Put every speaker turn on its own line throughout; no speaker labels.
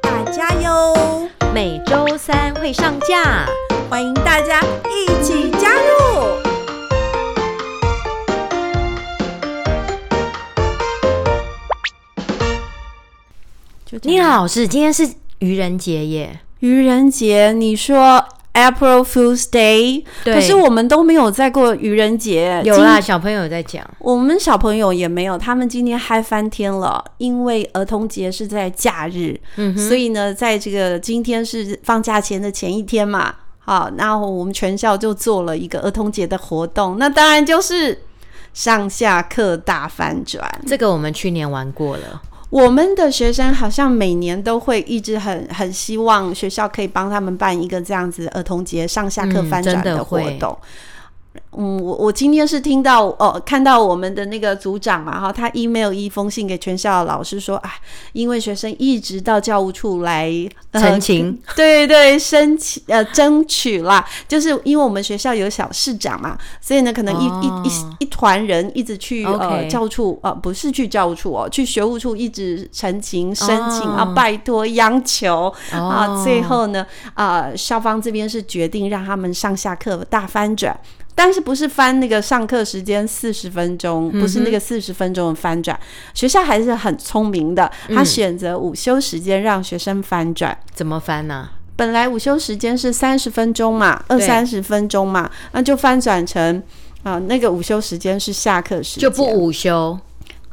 大家哟，
每周三会上架。
欢迎大家一起加入。就这
妮
样
娜老师，今天是愚人节耶，
愚人节，你说 April Fool's Day，
对
可是我们都没有在过愚人节。
呃有啦，
今，
小朋友有在讲。
我们小朋友也没有，他们今天嗨翻天了，因为儿童节是在假日，
嗯哼，
所以呢，在这个今天是放假前的前一天嘛。好，那我们全校就做了一个儿童节的活动，那当然就是上下课大翻转。
这个我们去年玩过了。
我们的学生好像每年都会一直很很希望学校可以帮他们办一个这样子儿童节上下课
嗯
翻转
真的
活
会
动。嗯，我我今天是听到哦，看到我们的那个组长嘛哈，他 email 一封信给全校的老师说啊，因为学生一直到教务处来、呃
陈情，
对对，申请呃争取啦，就是因为我们学校有小市长嘛，所以呢，可能一、一
哦
一一团人一直去呃
OK
教务处呃，不是去教务处哦，去学务处一直陈情申请、
哦
啊，拜托央求、
哦
啊，最后呢，呃，校方这边是决定让他们上下课大翻转。但是不是翻那个上课时间四十分钟，
嗯
不是那个四十分钟的翻转。学校还是很聪明的，他
嗯
选择午休时间让学生翻转。
怎么翻啊呢、
本来午休时间是三十分钟嘛，二
对
三十分钟嘛，那就翻转成啊、那个午休时间是下课时间，
就不午休。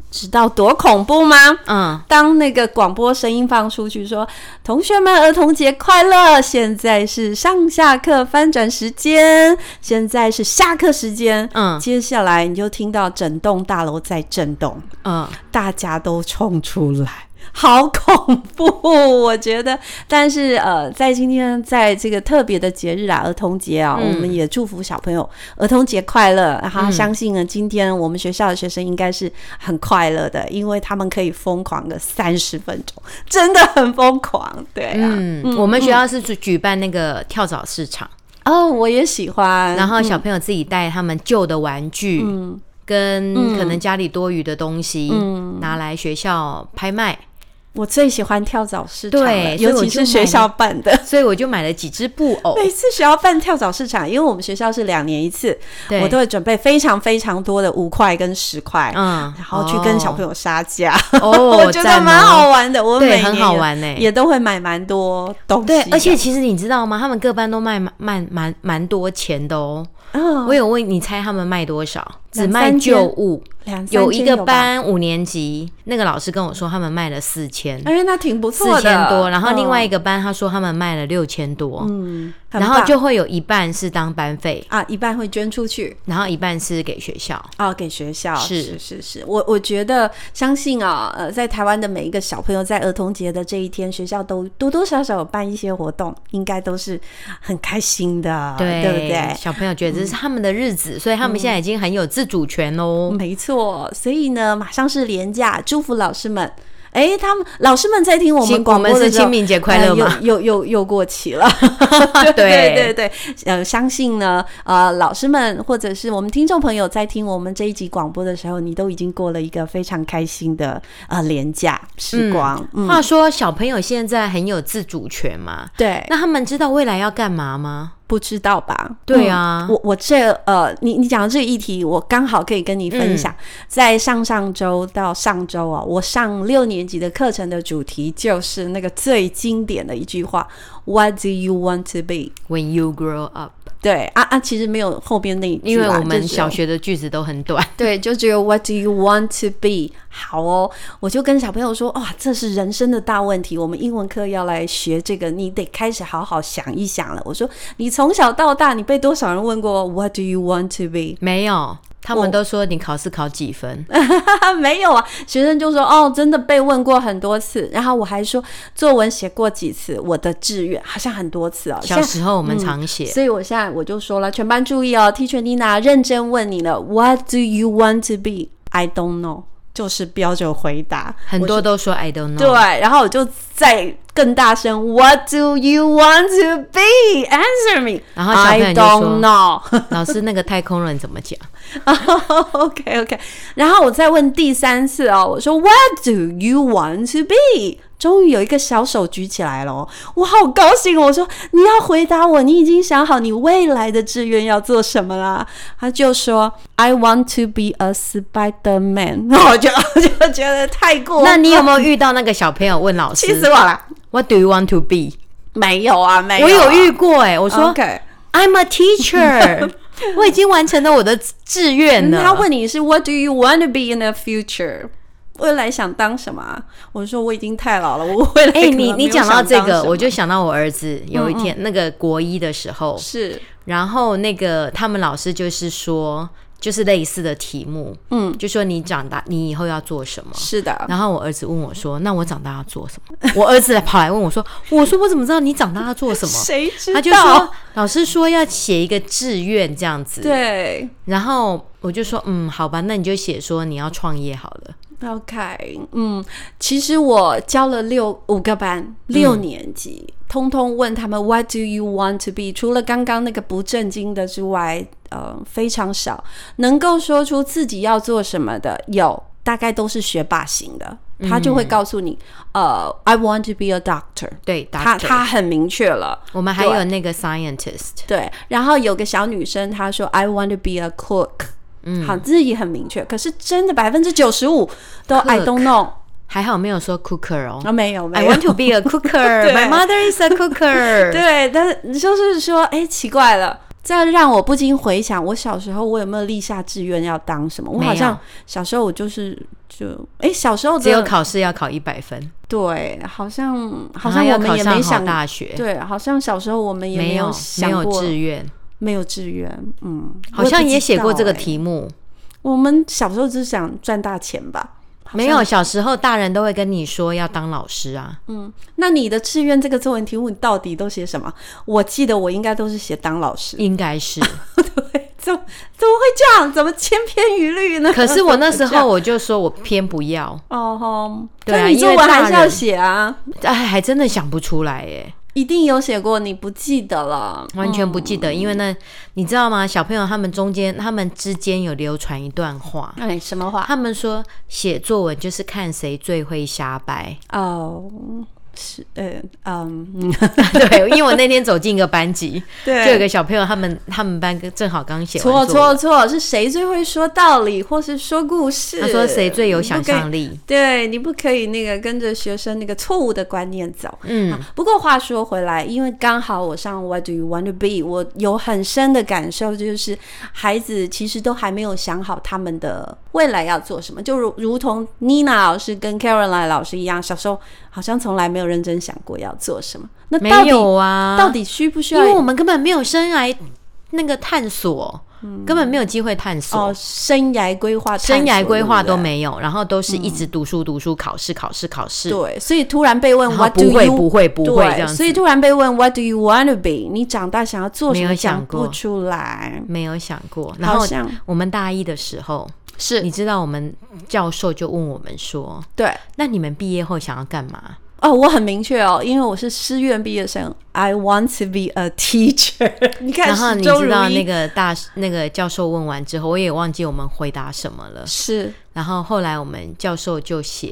知道多恐怖吗？
嗯，
当那个广播声音放出去说“同学们，儿童节快乐”，现在是上下课翻转时间，现在是下课时间，
嗯
接下来你就听到整栋大楼在震动。
嗯，
大家都冲出来，好恐怖！ 我觉得，但是呃，在今天在这个特别的节日啊，儿童节啊，
嗯
我们也祝福小朋友儿童节快乐。然后
嗯
相信呢，今天我们学校的学生应该是很快乐的，因为他们可以疯狂的三十分钟，真的很疯狂。对啊，
嗯，我们学校是举举办那个跳蚤市场，
哦，我也喜欢。
然后小朋友自己带他们旧的玩具，
嗯
跟可能家里多余的东西，拿来学校拍卖。
我最喜欢跳蚤市场了，
对所以
尤
我
其
就是买
学
了
校办的。
所以我就买了几只布偶，
每次学校办跳蚤市场，因为我们学校是两年一次，
对
我都会准备非常非常多的五块跟十块，
嗯
然后去跟小朋
友
友杀价，
哦
我觉得蛮好玩的。我每
对
年
很好玩欸
也都会买蛮多东西啊
对
的。，
而且其实你知道吗？他们各班都卖蛮蛮蛮蛮多钱的哦。
嗯，
我有问你猜他们卖多少？只
两
卖
三千
旧物。
两三
有一
千
个
吧，
班五年级，那个老师跟我说他们卖了四千，
哎，那挺不
四
错的，嗯
千多。然后另外一
个，
个班他说他们卖了六千多，
嗯，很
然后
棒
就会有一半是当班费，
啊，一半会捐出去。
然后一半是给学校。
哦，给学校
是
是是是我我觉得相信啊、呃，在台湾的每一个小朋友在儿童节的这一天，学校都多多少少有办一些活动，应该都是很开心的，
对嗯
不对？
小朋友觉得这是他们的日子，所以他们现在已经很有自主权喽。
没错，所以呢，马上是连假，祝福老师们。哎，他们老师们在听我
清
们广播
我们
的
是
时候
清明节快乐吗
呃又又又又过期了，对对对，呃，相信呢，呃，老师们或者是我们听众朋友在听我们这一集广播的时候，你都已经过了一个非常开心的呃廉价时光，嗯，
话说，小朋友现在很有自主权嘛？
对，
那他们知道未来要干嘛吗？
不知道吧？
对啊
嗯我我这呃，你你讲的这个议题，我刚好可以跟你
嗯
分享。在上上周到上周啊，我上六年级的课程的主题就是那个最经典的一句话：“What do you want to be？”
When you grow up，
对啊啊，其实没有后边那一句啦，
因为我
就
们
只有
小学的句子都很短。
对，就只有 What do you want to be？好哦，我就跟小朋友说，哇，这是人生的大问题，我们英文课要来学这个，你得开始好好想一想了。我说，你从小到大，你被多少人问过 What do you want to be？
没有，他们都说你考试考几分？
没有啊，学生就说哦，真的被问过很多次。然后我还说作文写过几次，我的志愿好像很多次哦。
小时 候我们常写，
所以我现在我就说了，全班注意哦，Teacher Nina 认真问你了，What do you want to be? I don't know，就是标准回答。
很多
我就
都说 I don't know。
对，然后我就再更大声，What do you want to be? Answer me。
然后小朋友
I
就说
don't know。
老师，那个太空人怎么讲？
OK OK，然后我再问第三次哦，我说 What do you want to be？终于有一个小手举起来了哦，我好高兴哦！我说你要回答我，你已经想好你未来的志愿要做什么啦？他就说 I want to be a Spider Man，然 后我就我就觉得太过分，
那你有没有遇到那个小朋友问老
气死
师
我了？
What do you want to be？
没有啊，没有
我
啊、
有遇过哎，我说
OK，
I'm a teacher，我已经完成了我的志愿了。
他问你是 What do you want to be in the future？未来想当什么啊？我说我已经太老了，我未来
哎、
可能
你
没
你
有
讲到
想
这
当
个，
什
我
么嗯
就想到我儿子有一天、那个国一的时候，
是
然后那个他们老师就是说，就是类似的题目，嗯，就说你长大你以后要做什么。
是的，
然后我儿子问我说：“那我长大要做什么？”我儿子跑来问我说：“我说我怎么知道你长大要做什么
谁知？”道？
他就说：“老师说要写一个志愿这样子。”。
对
然后我就说：“嗯，好吧，那你就写说你要创业好了。
，OK，嗯，其实我教了六五个班，六年级，通通问他们 What do you want to be？除了刚刚那个不正经的之外，呃，非常少能够说出自己要做什么的，有大概都是学霸型的。他就会告诉你，呃，I want to be a doctor。
对，
他
doctor
他很明确了，
我们还
对
有那个 scientist，
对，然后有个小女生，她说 “I want to be a cook”，嗯，好，自己很明确。可是真的百分之九十五都 “I
Cook
don't know”，
还好没有说 cooker 哦。
啊，没有
I
没有
want。to be a cooker.
对
My mother is a cooker.
对，但是就是说，哎，奇怪了。这让我不禁回想，我小时候我有没有立下志愿要当什么？我
没
好像
有
小时候我就是就哎，小时候
只有
的
考试要考一百分，
对，好像好像
然后
我
要
们
考
也
上
没
好
想
大学，
对，好像小时候我们也
没
有
有没
想
有
过
志愿，
没有志愿，嗯，
好像也
也
写过这个题目。
哎我们小时候只想赚大钱吧？好像
没有，。小时候大人都会跟你说要当老 师啊，
那你的志愿这个作文题目，你到底都写什么？我记得我应该都是写当老师。
应该是。
怎么怎么会这样？怎么千篇一律呢？
可是我那时候我就说我偏不要，
哦吼，
对啊
那你作文还是
因为大
要
人
写啊，
哎，还真的想不出来耶，
一定有写过，你不记得了。
完全不记
哦
得，因为那你知道吗？小朋友他们中间他们之间有流传一段话，
哎，什么话？
他们说写作文就是看谁最会瞎掰。
哦，是，呃，嗯，
对，因为我那天走进一个班级，
对
就有个小朋友，他们他们班正好刚写完
错
作
错
文，
错，是谁最会说道理，或是说故事？
他说谁最有想
你不可以
象力？
对你不可以那个跟着学生那个错误的观念走。
嗯
啊，不过话说回来，因为刚好我上 What Do You Want to Be，我有很深的感受，就是孩子其实都还没有想好他们的未来要做什么，就如如同 Nina 老师跟 Caroline 老师一样，小时候好像从来没有认真想过要做什么。那
没
到底、
有啊，
到底需不需
因
要
为我们根本没有生来那个探索，根本没有机会探
嗯哦
索，
生涯规划探索、
生涯规划
对嗯
都
不对。
没有，然后都是一直读书读书，考试考试考试，
对，所以突然被问
然后
What do
啊不
you
会不会不会
对
这样
所以
子，
突然被问 What do you want to be？你长大想要做什
没
么？
有想
讲不
过
出来，
没有想过。然
好
后
像
我们大一的时候，
是
你知道我们教授就问我们说，
对
那你们毕业后想要干嘛？
哦，我很明确哦，因为我是师院毕业生，I want to be a teacher。你 看，
然后你
始终
知
如
道
一
那个大那个教授问完之后，我也忘记我们回答什么了。
是
然后后来我们教授就写，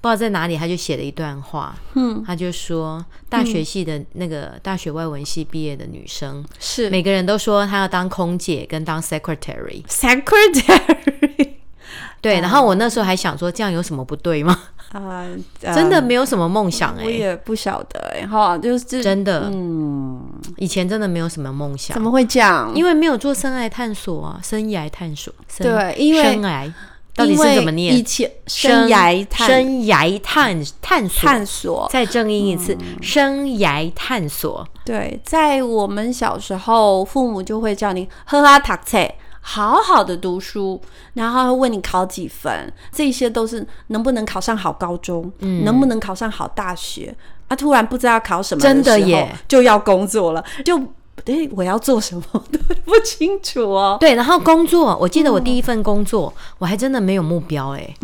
不知道在哪里，他就写了一段话，嗯，他就说大学系的那个大学外文系毕业的女生，
是
每个人都说她要当空姐跟当 secretary，
secretary
对。然后我那时候还想说，这样有什么不对吗？
啊，
真的
呃。
没有什么梦想哎、
我也不晓得哎，哈，就是
真的，
嗯，
以前真的没有什么梦想
怎。么会这样？
因为没有做生涯探索啊，生涯探索，生
对因为
生涯到底
因为
是怎么念
以？前生涯探
生涯探探索，
探索，嗯
再正音一次，生涯探索。
对，在我们小时候，父母就会叫你喝哈塔菜。好好的读书，然后他会问你考几分，这些都是能不能考上好高中，
嗯
能不能考上好大学。啊，突然不知道考什么
真的
的时候
耶，
就要工作了，就哎，我要做什么 都不清楚哦。
对，然后工作，我记得我第一份工作，
嗯
我还真的没有目标哎、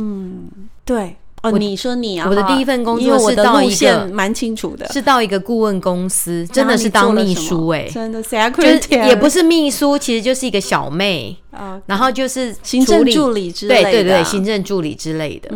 对，哦，你说你啊，
我的
哈
第一份工作
因为我
是
的
到一
路
个
线蛮清楚的，
是到一个顾问公司，真的是
然后
当
你做了
秘
什么
书哎、
真的谁还
就
亏
是也不是秘书，其实就是一个小妹，
啊，
然后就是
行政
处理
助理之类的啊嗯
对对对，行政助理之类的。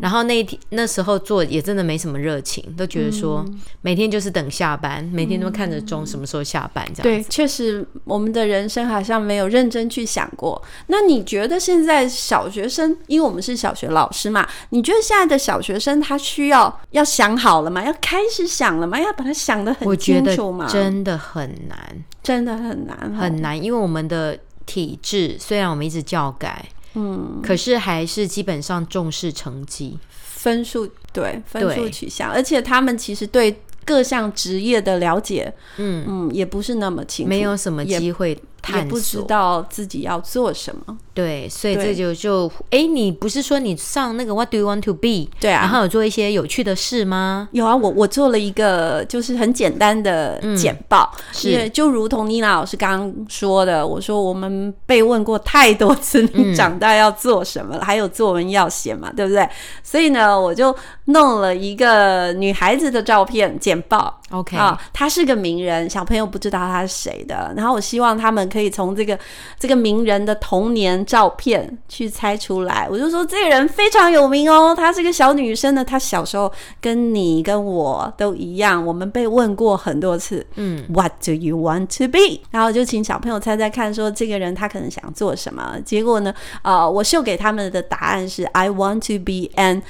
然后那一天那时候做也真的没什么热情，都觉得说
嗯
每天就是等下班，每天都看着钟什么时候下班这样
对，
子。
确实，我们的人生好像没有认真去想过。那你觉得现在小学生，因为我们是小学老师嘛，你觉得现在的小学生他需要要想好了吗？要开始想了吗？要把它想得
我
很
觉
清
得
楚吗？
真的很难
真的很难哦，
很难，因为我们的体制虽然我们一直教改，嗯，可是还是基本上重视成绩。
分数对分数
对
取向，而且他们其实对各项职业的了解，
嗯
嗯，也不是那么清楚，
没有什么
也
机会
也
探
不知
索，
道自己要做什么。
对，所以
对
这就就哎，你不是说你上那个 What do you want to be？
对啊
然后有做一些有趣的事吗？
有啊，我我做了一个就是很简单的简报，
嗯是
因为就如同妮娜老师刚刚说的，我说我们被问过太多次，
嗯
你长大要做什么，还有作文要写嘛，对不对？所以呢，我就弄了一个女孩子的照片简报。
OK
啊，她是个名人，小朋友不知道她是谁的。然后我希望他们可以从这个这个名人的童年照片去猜出来。我就说这个人非常有名哦，她是个小女生呢，她小时候跟你跟我都一样，我们被问过很多次，嗯，What do you want to be？然后就请小朋友猜猜看，说这个人他可能想做什么。结果呢，呃，我秀给他们的答案是 I want to be an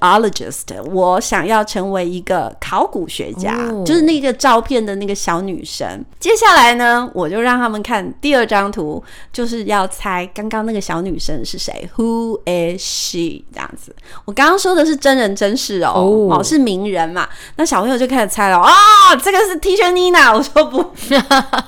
archaeologist，我想要成为一个考古学家，
哦
就是那个照片的那个小女生。接下来呢，我就让他们看第二张图，就是要猜刚刚那个小女生是谁，Who is she？这样子。我刚刚说的是真人真事哦，
哦
哦是名人嘛。那小朋友就开始猜了，啊、这个是 T 恤妮娜。我说不，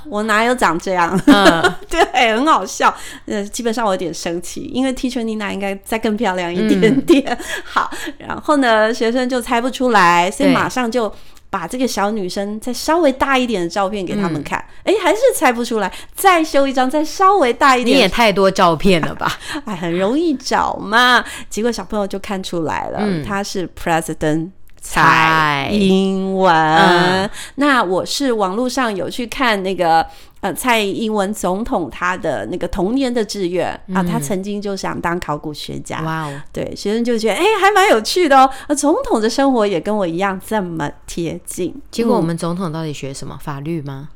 我哪有长这样？ 对，很好笑。呃，基本上我有点生气，因为 Teacher Nina 应该再更漂亮一点点。好，然后呢，学生就猜不出来，所以
对
马上就。把这个小女生再稍微大一点的照片给他们看，哎、还是猜不出来，再修一张，再稍微大一
你也
点，
太多照片了 吧？
哎，很容易找嘛。结果小朋友就看出来了，
嗯
她是 President
蔡
蔡英文。
嗯
那我是网络上有去看那个呃蔡英文总统他的那个童年的志愿、啊，他曾经就想当考古学家。
嗯哇哦，
对，学生就觉得哎、还蛮有趣的哦。呃总统的生活也跟我一样这么贴近。
结果我们总统到底学什么？法律吗？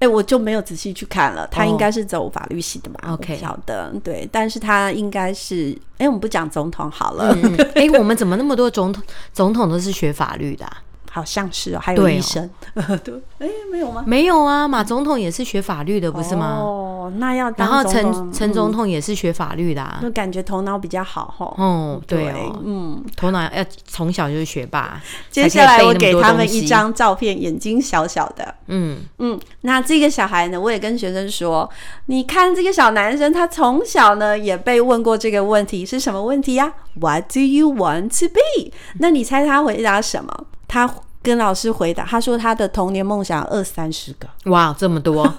哎、我就没有仔细去看了，他
哦
应该是走法律系的吧
OK
我不晓得。对，但是他应该是，哎、我们不讲总统好了，
嗯， 哎、我们怎么那么多总统总统都是学法律的啊、
好像是哦，还有
对哦
医生， 对，哎、没有吗？
没有啊，马总统也是学法律的，不是吗？
哦，那要
然
当
后
总
陈
统
陈总统嗯也是学法律的、啊
就。感觉头脑比较好吼。
哦，对哦，
嗯，
头脑要从小就是学霸。
接下来我
才可
给
以背那么多
他们
东西
一，张照片，眼睛小小的。
嗯，
嗯，那这个小孩呢，我也跟学生说，你看这个小男生，他从小呢也被问过这个问题，是什么问题呀、What do you want to be？那你猜他回答什么？他跟老师回答，他说他的童年梦想二三十个。
哇，这么 多，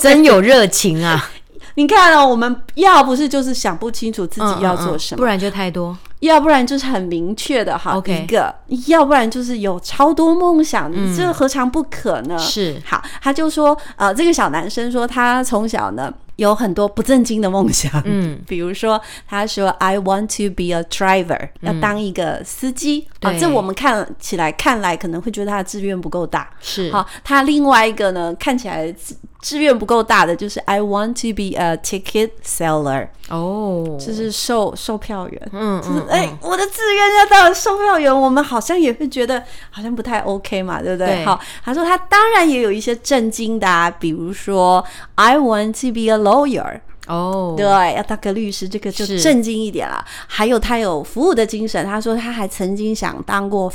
真有热情 啊！
你看哦，我们要不是就是想不清楚自
嗯
己要
嗯
做
嗯
什么，
不然就太多。
要不然就是很明确的哈
OK
一个，要不然就是有超多梦想，
嗯
这何尝不可呢？
是
好，他就说，呃，这个小男生说他从小呢有很多不正经的梦想，
嗯，
比如说他说 I want to be a driver，、要当一个司机啊，
嗯对
这我们看起来看来可能会觉得他的志愿不够大，
是，
好，他另外一个呢，看起来志志愿不够大的就是 I want to be a ticket seller，
哦，
就是售售票员。
嗯
就是
嗯，
哎、我的志愿要当售票员，我们好像也会觉得好像不太 OK 嘛，对不对？
对
好，他说他当然也有一些震惊的、啊，比如说 I want to be a lawyer，、
哦，
对，要当个律师，这个就是震惊一点了。还有他有服务的精神，他说他还曾经想当过。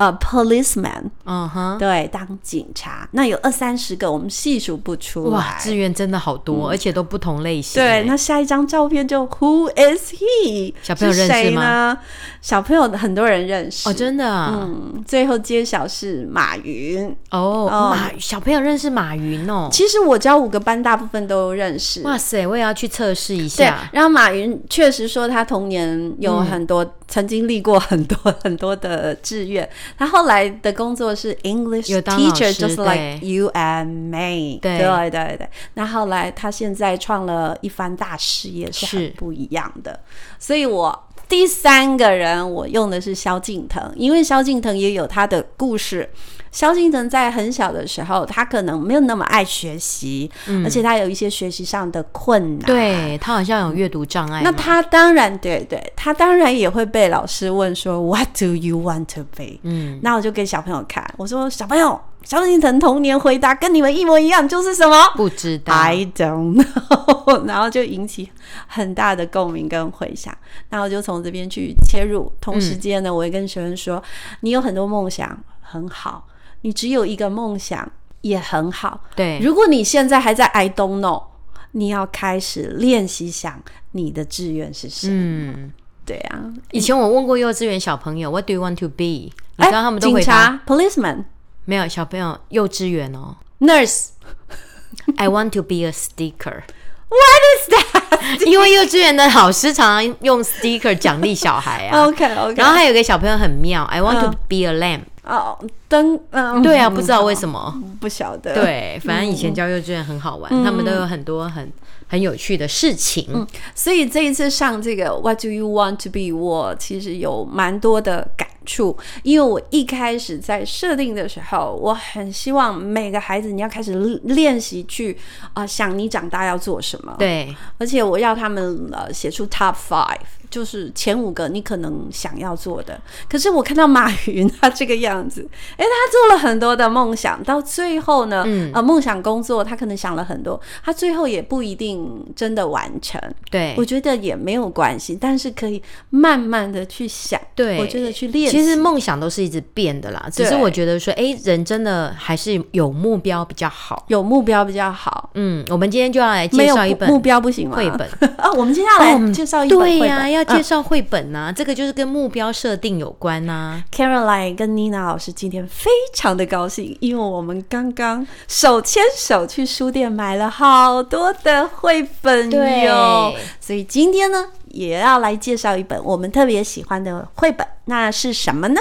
呃 policeman，
嗯哼，
对，当警察。那有二三十个，我们细数不出
哇，
来。嗯
志愿真的好多，而且都不同类型欸。
对，那下一张照片就 Who is he？
小朋友认识
是谁
吗
呢？小朋友很多人认识。
哦，真的啊
嗯，最后揭晓是马云。
哦，马小朋友认识马云哦，
其实我教五个班，大部分都认识。
哇塞，我也要去测试一
对
下，。嗯
然后马云确实说他童年有很多、曾经历过很多很多的志愿，他后来的工作是 English
有当老
teacher
师
just
对
like you and me
对
对对对那后来他现在创了一番大事业，是
是
很不一样的。所以我第三个人我用的是萧敬腾，因为萧敬腾也有他的故事。萧敬腾在很小的时候，他可能没有那么爱学习，而且他有一些学习上的困难。
嗯对他好像有阅读障碍嘛，
那他当然对对，他当然也会被老师问说 “What do you want to be？”
嗯，
那我就给小朋友看，我说：“小朋友，萧敬腾童年回答跟你们一模一样，就是什么
不知道，
？I don't know。”然 后就引起很大的共鸣跟回响。那我就从这边去切入，同时间呢，我也跟学生说：“
嗯
你有很多梦想，很好；你只有一个梦想，也很好。
对，
如果你现在还在 I don't know，你要开始练习想你的志愿是什么。
嗯，
对啊，
以前我问过幼稚园小朋友 “What do you want to be”，你知道他们
哎
都
警
回答
察、policeman、
没有，小朋友幼稚园哦
nurse，
，“I want to be a sticker”。
What is that？
因为幼稚园的老师常常用 sticker 奖励小孩啊。
OK OK，
然后还有一个小朋友很妙，I want to
嗯
be a lamb。
哦灯，嗯，
对啊，不知道为
么，
什么。
不晓得。，
对，反正以前教幼稚园很好玩，他们都有很多很很有趣的事情。
所以这一次上这个 What do you want to be？我其实有蛮多的感触，因为我一开始在设定的时候，我很希望每个孩子你要开始练习去啊、呃想你长大要做什么。
对，
而且我要他们呃写出 top five，就是前五个你可能想要做的。可是我看到马云他这个样子， 诶，他做了很多的梦想，到最后呢，
嗯
呃，梦想工作他可能想了很多，他最后也不一定真的完成。
对
我，觉得也没有关系，但是可以慢慢的去想。
对
我觉得去练习。
其实梦想都是一直变的啦。只是
对
我觉得说，哎，人真的还是有目标比较好。
有目标比较好，
嗯，我们今天就要来
没
介
有
绍一本
目标不行吗？
绘 本。
啊，我们接下
哦
来介绍一本绘
对
本。
呀、要
嗯
介绍绘本呐、这个就是跟目标设定有关啊呐、
Caroline 跟 Nina 老师今天非常的高兴，因为我们刚刚手牵手去书店买了好多的绘本
对
哟，所以今天呢也要来介绍一本我们特别喜欢的绘本，那是什么呢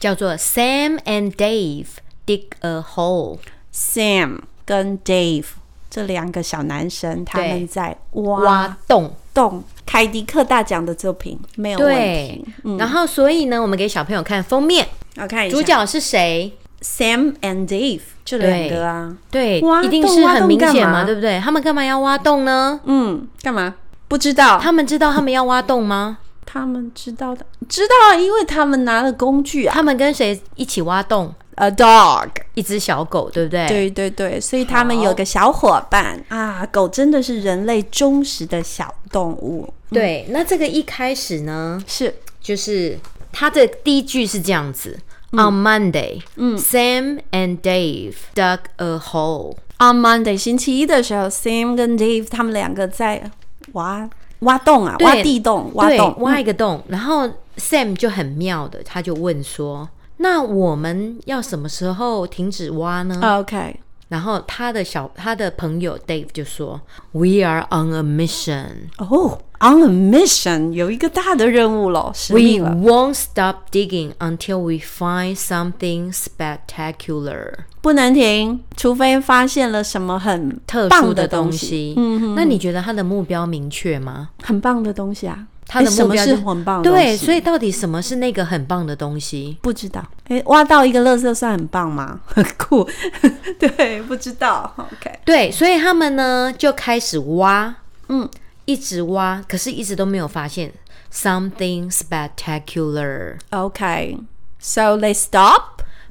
叫做 Sam and Dave dig a hole。
？Sam 跟 Dave 这两个小男生他
对
们在挖
挖洞。
洞，凯迪克大奖的作品没有问
对
题。，
然后所以呢，我们给小朋友看封面，
我看一下
主角是谁？
Sam and Dave 这两个啊，
对
挖，
一
洞
定是很明显
挖洞干
嘛，
嘛
对不对？他们干嘛要挖洞呢？
嗯，干嘛？不知道
他们知道他们要挖洞吗？
他们知道的，知道啊，因为他们拿了工具啊
他们跟谁一起挖洞？
，a dog。哎
一只小狗，对不对？
对对对，所以他们有个小伙伴啊，狗真的是人类忠实的小动物。
对，那这个一开始呢，
是
就是他的第一句是这样子、o
嗯
n Monday，Sam and Dave dug a hole。
on Monday 星期一的时候，Sam 跟 Dave 他们两个在挖挖洞啊，
对
挖地洞，挖
对
洞，
挖一个洞。嗯然后 Sam 就很妙的，他就问说：“那我们要什么时候停止挖呢？”
啊 OK，
然后他的小他的朋友 Dave 就说：“We are on a mission.
哦、o n a mission 有一个大的任务咯，使
We
命了。
won't stop digging until we find something spectacular.”
不能停，除非发现了什么很
特殊
棒
的
东
东
西，
西。嗯，那你觉得他的目标明确吗？
很棒的东西啊。
他的
诶什
目
么
标
是
就
很棒的东西？
对，所以到底什么是那个很棒的东西？
不知道，哎，挖到一个垃圾算很棒吗？ 很酷，对，不知道。OK，
对，所以他们呢就开始挖，
嗯，
一直挖，可是一直都没有发现 something spectacular。
OK，so、they stop。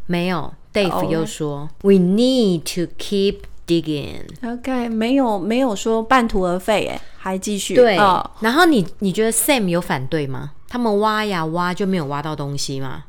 没有，Dave
哦
又说、w e need to keep digging。
OK，没有没有说半途而废，哎，还继续。
对，
哦
然后你你觉得
嗯
Sam 有反对吗？他们挖呀挖就没有挖到东西吗？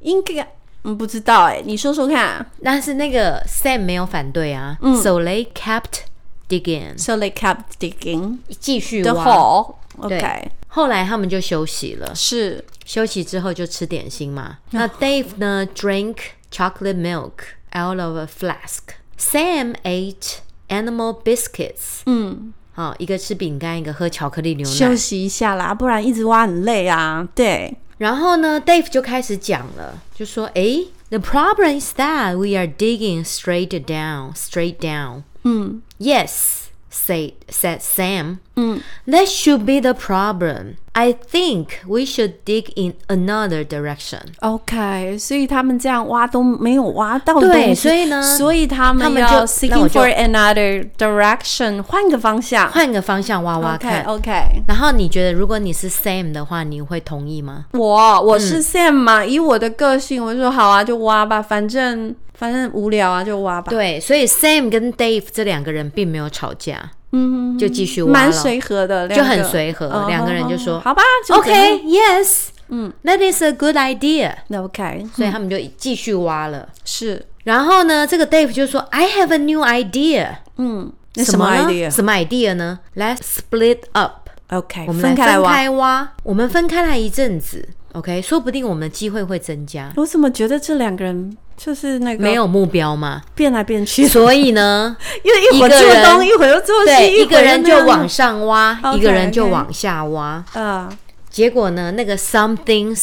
应该嗯，不知道哎、你说说看。
但是那个 Sam 没有反对啊、s
嗯
o they kept digging，
So they kept digging
继续
the
挖。
hole.
对
OK，
后来他们就休息了，
是
休息之后就吃点 心嘛。那 Dave 呢，drank chocolate milk out of a flask。Sam ate animal biscuits。嗯，好、一个吃饼干，一个喝巧克力牛
休
奶。
息一下啦，不然一直挖很累啊。对，
然后呢，Dave 就开始讲了，就说：“诶 t h e problem is that we are digging straight down, straight down。”
嗯
Yes, said said Sam.
嗯
That should be the problem. I think we should dig in another direction.
，OK，所以他们这样挖都没有挖到
对
东西
所以呢
所以他们
他们就
要
那
seeking
我就
for another direction，换个方向。
换个方向挖挖
OK 哦
看。
OK，
然后你觉得，如果你是 Sam 的话，你会同意吗？
我我
嗯
是 Sam 嘛，以我的个性，我就说好啊，就挖吧，反正反正无聊啊，就挖吧。
对，所以 Sam 跟 Dave 这两个人并没有吵架，
嗯，
就继续挖
蛮
了。
随和的，
就很
两个
随和
嗯
两个人就说
好吧就这样
OK, yes, 嗯，That is a good idea.
那 OK，
所以他们就继续挖了。
是
然后呢，这个 Dave 就说：“I have a new idea。”
嗯，那
什么呢
idea？
什么 idea 呢？Let's split up，
OK，
我们
分
来
开来
分
挖。
开挖，我们分开来一阵子，OK，说不定我们的机会会增加。
我怎么觉得这两个人就是那个
没有目 标嘛，
变来变去，
所以呢，
因为一会儿
一个
做
人
东，一会儿又做西，
对，一
会
个
儿又
人
那
就
样
往上挖，
OK，
一个人就
OK
往下挖。
呃
结果呢，那个 something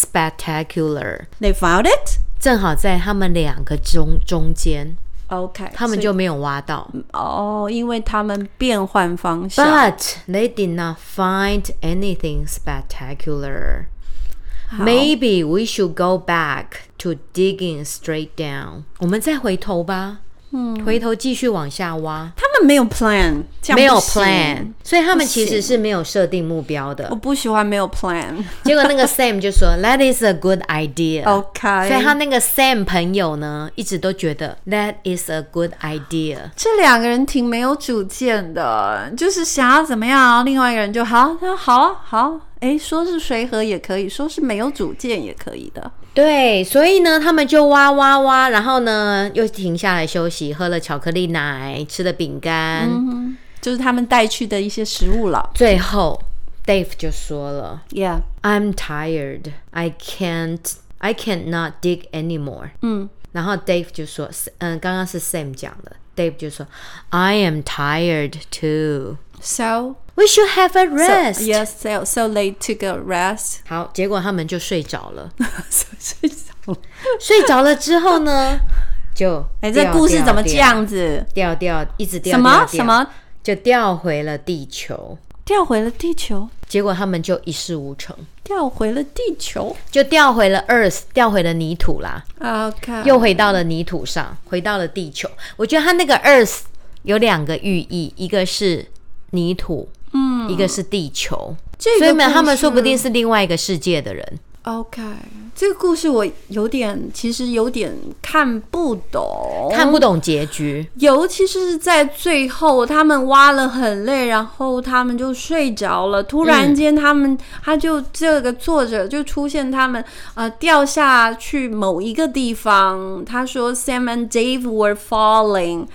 spectacular
，They found it。
正好在他们两个中中间，
OK，
他们
所以
就没有挖到。
哦，因为他们变换方向，
But they did not find anything spectacular.
好
Maybe we should go back to digging straight down. 我们再回头吧，嗯，回头继续往下挖，
他们没有 plan，这样
没有
不行
plan，。所以他们
不
其实
行
是没有设定目标
我
的。
不喜欢没有 plan。
结果那个 Sam 就说 That is a good idea。
OK，
所以他那个 Sam 朋友呢，一直都觉得 That is a good idea。
这两个人挺没有主见的，就是想要怎么样，然后另外一个人就好，他说好啊好，哎，说是随和也可以，说是没有主见也可以的。
对，所以呢，他们就挖挖挖，然后呢，又停下来休息，喝了巧克力奶，吃了饼干。
嗯，就是他们带去的一些食物了。
最后，Dave 就说了
Yeah，
：“I'm tired, I can't, I cannot dig anymore。”
嗯，
然后 Dave 就说：“嗯，刚刚是 Sam 讲的。”Dave 就说：“I am tired too.
So
We should have a
so-
rest.”
yes, so so they took a rest.
好，结果他们就睡着了。
睡着了。
睡着了之 后呢，就
哎，这
掉
故事
掉
怎么这
掉
样子？
掉掉，一直掉
什么
掉
什
掉
么
就掉回了地球。
掉回了地球？
结果他们就一事无成，
掉回了地球。
就掉回了 Earth，掉回了泥土啦，
嗯 OK，
又回到了泥土上，回到了地球。我觉得它那个 Earth 有两个寓意，一个是泥土，嗯，一个是地球。
这个
所以呢，
故
他们
事
说不定是另外一个世界的人。
OK，这个故事我有点，其实有点看不懂，
看不懂结局，
尤其是在最后，他们挖了很累，然后他们就睡着了。突然间，他们、他就这个作者就出现他们呃掉下去某一个地方。他说，Sam and Dave were falling。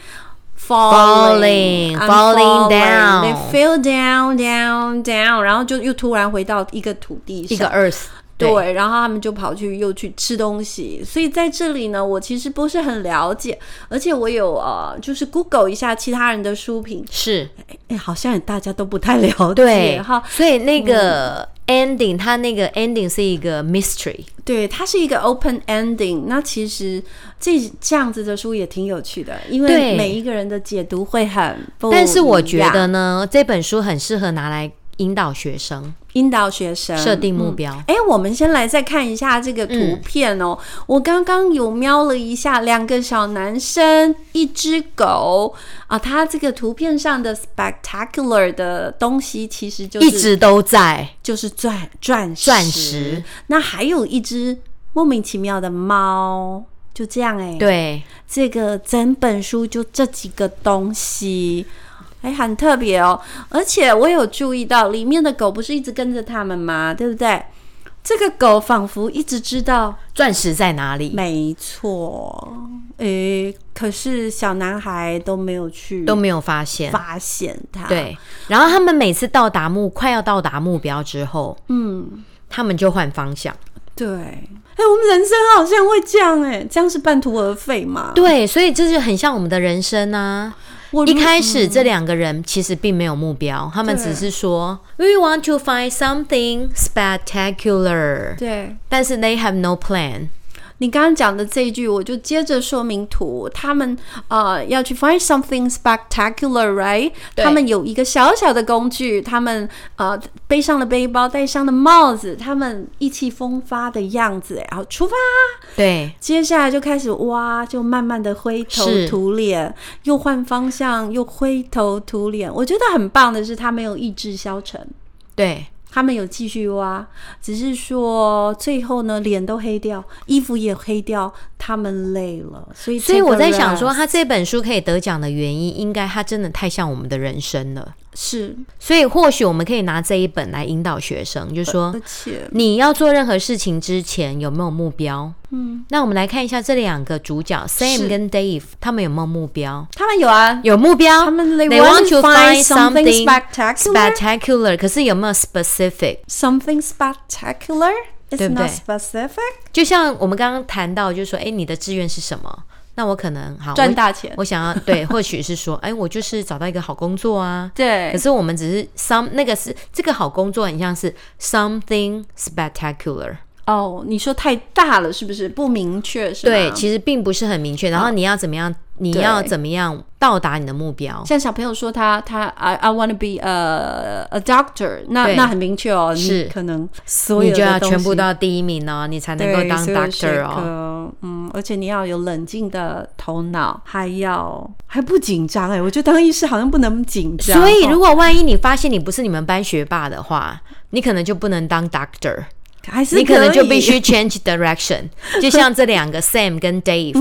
Falling,
I'm
falling
They
down.
fell down, down, down，然后就又突然回到一个土地上，
一个 Earth，
对，然后他们就跑去又去吃东西，所以在这里呢，我其实不是很了解，而且我有呃，就是 Google 一下其他人的书评，
是，
哎，好像也大家都不太了解
对
哈。，嗯
所以那个 ending，它那个 ending 是一个 mystery，
对，它是一个 open ending。那其实这这样子的书也挺有趣的，因为
对
每一个人的解读会很不一样，
但是我觉得呢，这本书很适合拿来引导学生
引导学生
设定目标。
哎，我们先来再看一下这个
嗯
图片哦。我刚刚有瞄了一下，两个小男生，一只狗啊。它这个图片上的 spectacular 的东西，其实就是
一直都在，
就是钻钻石
钻石。
那还有一只莫名其妙的猫，就这样哎。，
对，
这个整本书就这几个东西。哎，很特别哦！而且我有注意到，里面的狗不是一直跟着他们吗？对不对？这个狗仿佛一直知道，
钻石在哪里？
没错。诶、可是小男孩都没有去
都没有发现。
发现它。，
对，然后他们每次到达目快要到达目标之后，
嗯，
他们就换方向。
对。哎、我们人生好像会这样、哎，这样是半途而废嘛？
对，所以这就很像我们的人生啊。
我
一
如
开始这两个人其实并没有目标，他们
对
只是说 “We want to find something spectacular”，
对
但是 they have no plan。
你刚刚讲的这一句，我就接着说明图，他们呃要去 find something spectacular，right？
对
他们有一个小小的工具，他们呃背上了背包，戴上了帽子，他们意气风发的样子，然后出发。
对，
接下来就开始哇，就慢慢的灰头
是
土脸，又换方向，又灰头土脸。我觉得很棒的是，他没有意志消沉。
对，
他们有继续挖，只是说最后呢，脸都黑掉，衣服也黑掉，他们累了，所以
所以我在想说，
这个人
他这本书可以得奖的原因，应该他真的太像我们的人生了。
是，
所以或许我们可以拿这一本来引导学生，就说
而且
你要做任何事情之前有没有目标？嗯，那我们来看一下这两个主角 Sam 跟 Dave，他们有没有目标？
他们有啊，
有目标，
他们 they
They
want
want
to
to
find
find
something
something
spectacular,
spectacular，可是有没有 specific？
something spectacular. It's
对不
not
对
specific.
就像我们刚刚谈到，就是说，哎，你的志愿是什么？那我可能好
赚
我
大钱
我想要对， 或许是说，哎，我就是找到一个好工作啊。可
对，
是我们只是 some 那个是这个好工作，很像是 something spectacular。
哦，你说太大了，是不是不明确？是吗哦
对，其实并不是很明确。然后你要怎么样？你
对
要怎么样到达你的目标？
像小朋友说他他 I I want to be a a doctor，那
对
那很明确哦，你
是
可能所有
你
的
就要
东
全部
西
都要第一名哦，你才能够
对，
当
所有学
doctor 哦。
科，嗯，而且你要有冷静的头脑，还要还不紧张哎，我觉得当医师好像不能紧张哦，
所以，如果万一你发现你不是你们班学霸的话，你可能就不能当 doctor，
还是
你可能就必
以
须 change direction。就像这两个 Sam 跟 Dave，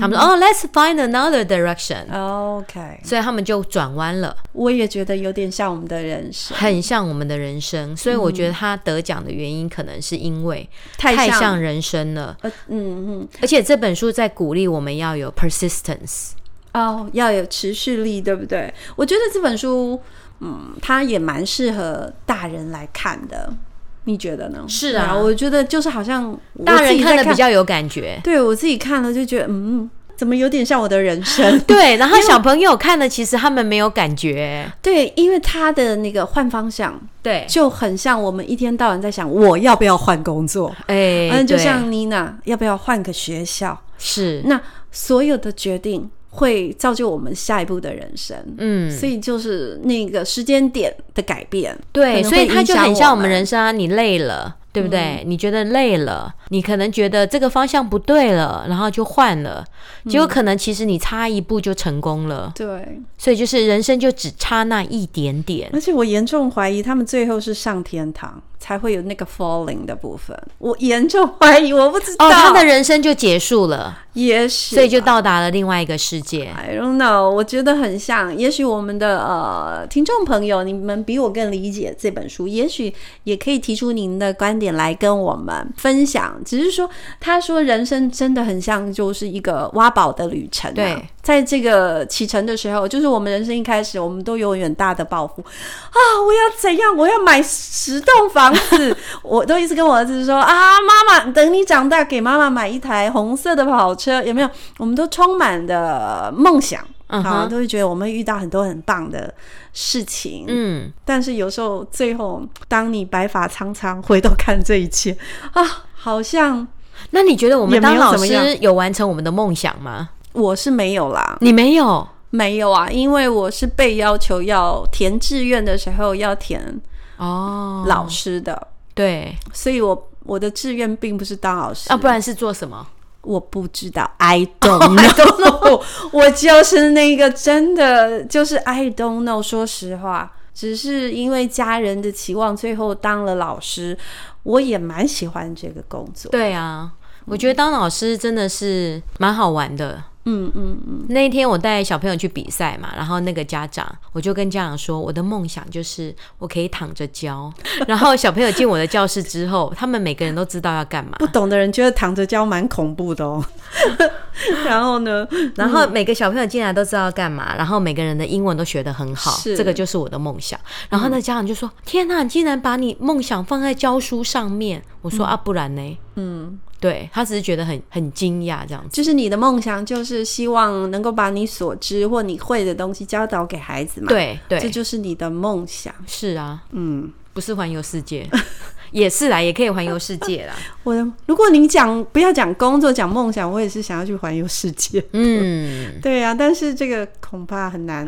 他们说哦，let's find another direction，
OK，
所以他们就转弯了，
我也觉得有点像我们的人生，
很像我们的人生。所以我觉得他得奖的原因，可能是因为
太像
像人生了。
呃，嗯嗯，
而且这本书在鼓励我们要有 persistence，
哦，要有持续力，对不对？我觉得这本书，嗯，它也蛮适合大人来看的，你觉得呢？
是
对啊，
啊
我觉得就是好像我
大
自
人
己
看
在
的比较有感觉。
对我自己看了就觉得，嗯，怎么有点像我的人生？
对，然后小朋友看了，其实他们没有感觉。
对，因为他的那个换方向
对，
就很像我们一天到晚在想我要不要换工作，
哎、
嗯，就
对
像妮娜要不要换个学校，
是，
那所有的决定会造就我们下一步的人生。
嗯，
所以就是那个时间点的改变，可
对，
能
所以
会
它
影
就
响
很像我
们嗯
们人生啊，你累了。对不对？你觉得累了，你可能觉得这个方向不对了，然后就换了，
嗯
结果可能其实你差一步就成功了，
对，
所以就是人生就只差那一点点。
而且我严重怀疑他们最后是上天堂才会有那个 falling 的部分，我严重怀疑，我不知道，
哦，他的人生就结束了，
也许
所以就
吧
到达了另外一个世界。
I don't know，我觉得很像。也许我们的呃听众朋友，你们比我更理解这本书，也许也可以提出您的观点来跟我们分享。只是说，他说人生真的很像就是一个挖宝的旅程、啊。
对，
在这个启程的时候，就是我们人生一开始，我们都有远大的抱负啊！我要怎样？我要买十栋房子。我都一直跟我儿子说啊，妈妈，等你长大给妈妈买一台红色的跑车，有没有？我们都充满了梦想。
嗯
好，
哼
都会觉得我们遇到很多很棒的事情，
嗯，
但是有时候最后，当你白发苍苍回头看这一切啊，好像
那你觉得我
也
们
没有
当老
怎么
师有完成我们的梦想吗？
我是没有啦，
你没有，
没有啊，因为我是被要求要填志愿的时候要填
哦，
老师的，
对
所以我我的志愿并不是当老师
啊，不然是做什么？
我不知道，I don't know，我 就是那个真的就是 I don't know。说实话，只是因为家人的期望，最后当了老师，我也蛮喜欢这个工作。
对啊，我觉得当老师真的是蛮好玩的，
嗯嗯嗯，
那一天我带小朋友去比赛嘛，然后那个家长，我就跟家长说，我的梦想就是我可以躺着 教。然后小朋友进我的教室之后，他们每个人都知道要干嘛，
不懂的人觉得躺着教蛮恐怖的哦。 然后呢，
然后每个小朋友进来都知道要干嘛，然后每个人的英文都学得很好，
是嗯
这个就是我的梦想。然后那家长就说：“天哪，你竟然把你梦想放在教书上面！”我说：“啊，不然呢？”嗯，对他只是觉得很很惊讶这样子。
就是你的梦想就是希望能够把你所知或你会的东西教导给孩子嘛。，
对对，
这就是你的梦想。
是啊，
嗯，
不是环游世界， 也是啦，也可以环游世界啦。
我的，如果你讲不要讲工作，讲梦想，我也是想要去环游世界。
嗯，
对啊，但是这个恐怕很难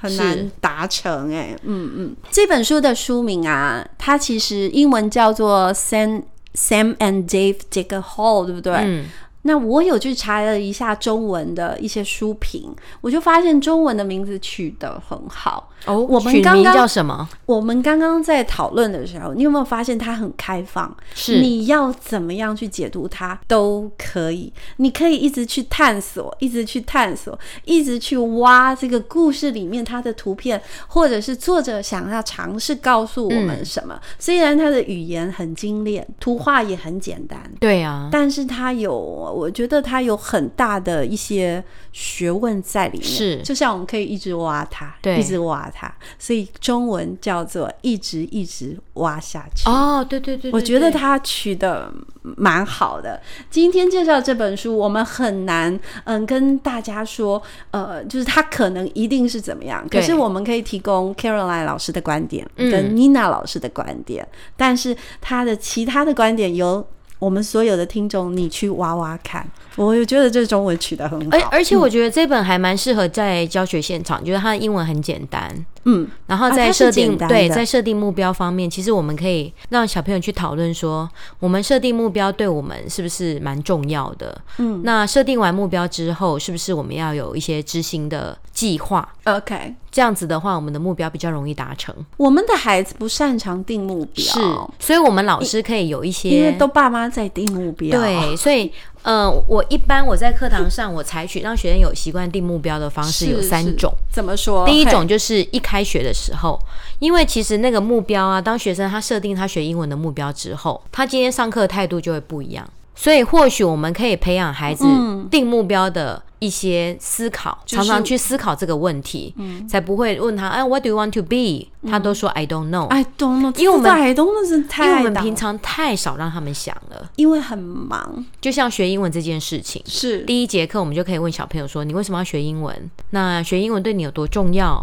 很难
是
达成哎、嗯嗯，这本书的书名啊，它其实英文叫做 Sam Sam and Dave Dig a Hole，对不对？
嗯
那我有去查了一下中文的一些书评，我就发现中文的名字取得很好。
哦，
我们
取
刚
名
刚
叫什么？
我们刚刚在讨论的时候，你有没有发现它很开放？
是
你要怎么样去解读它都可以，你可以一直去探索，一直去探索，一直去挖这个故事里面它的图片，或者是作者想要尝试告诉我们什么。虽然它的语言很精炼，图画也很简单，
对啊，
但是它有，我觉得它有很大的一些学问在里面。
是
就像我们可以一直挖它，
对
一直挖它，所以中文叫做一直一直挖下去。
哦，对对对，
我
对
觉得
对
它取的蛮好的。今天介绍这本书，我们很难嗯跟大家说，呃，就是它可能一定是怎么样。可
对
是我们可以提供 Caroline 老师的观点
嗯
跟 Nina 老师的观点，但是他的其他的观点由我们所有的听众你去挖挖看。我也觉得这中文取得很好，
哎而而且我觉得这本还蛮适合在教学现场，就是它的英文很简单，
嗯，
然后
啊
在
它是
设定、
简单
对
的
在设定目标方面，其实我们可以让小朋友去讨论说，我们设定目标对我们是不是蛮重要的？嗯，那设定完目标之后，是不是我们要有一些执行的计划？
OK。
这样子的话，我们的目标比较容易达成。
我们的孩子不擅长定目标，
是，所以我们老师可以有一些
因为都爸妈在定目标，
对，所以呃，我一般我在课堂上，我采取让学生有习惯定目标的方式有三种。
是。怎么说？
第一
嘿
种就是一开学的时候，因为其实那个目标啊，当学生他设定他学英文的目标之后，他今天上课的态度就会不一样。所以或许我们可以培养孩子定目标的一些思考，
嗯是嗯
常常去思考这个问题，才不会问他，哎，What do you want to be？、他都说 I don't know，
I don't know，
因为我
这
们
个 I don't know 是
因为我
嗯哎太
们
大
平常太少让他们想了。
因为很忙，
就像学英文这件事情，
是
第一节课，我们就可以问小朋友说：“你为什么要学英文？那学英文对你有多重要？”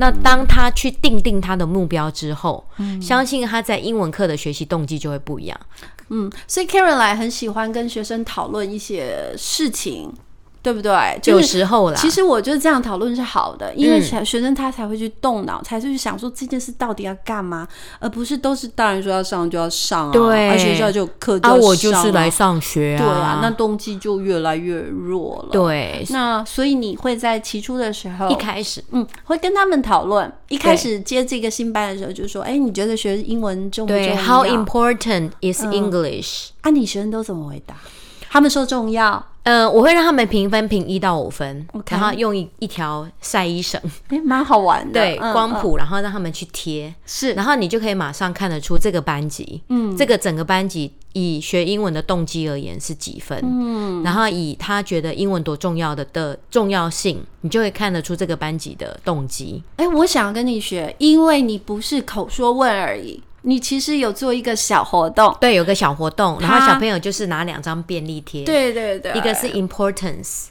那当他去定定他的目标之后，相信他在英文课的学习动机就会不一样。
嗯，所以 Caroline 很喜欢跟学生讨论一些事情，对不对？
有
就是啊
时候啦，
其实我觉得这样讨论是好的，因为
嗯
小学生他才会去动脑，才会去想说这件事到底要干嘛，而不是都是大人说要上就要上啊，
对
啊学校就有课就
啊，
要
我就
上
是来
啊
上学啊。
对啊，那动机就越来越弱了。，
对
那所以你会在起初的时候
一开始
嗯，会跟他们讨论。一开始接这个新班的时候，就说：“哎，你觉得嗯学英文重不重
对
要
，How important is English？、
啊，你学生都怎么回答？他们说重要。
呃，我会让他们评分评一到五分
OK
然后用一一条晒衣绳，
哎，蛮好玩的。
对，
嗯
光
嗯
谱，然后让他们去贴。
是
然后你就可以马上看得出这个班级，嗯，这个整个班级以学英文的动机而言是几分，嗯，然后以他觉得英文多重要的的重要性，你就会看得出这个班级的动机。
哎，我想跟你学，因为你不是口说问而已，你其实有做一个小活动。
对，有个小活动，然后
他
小朋友就是拿两张便利贴，，
对对对，
一个是 importance，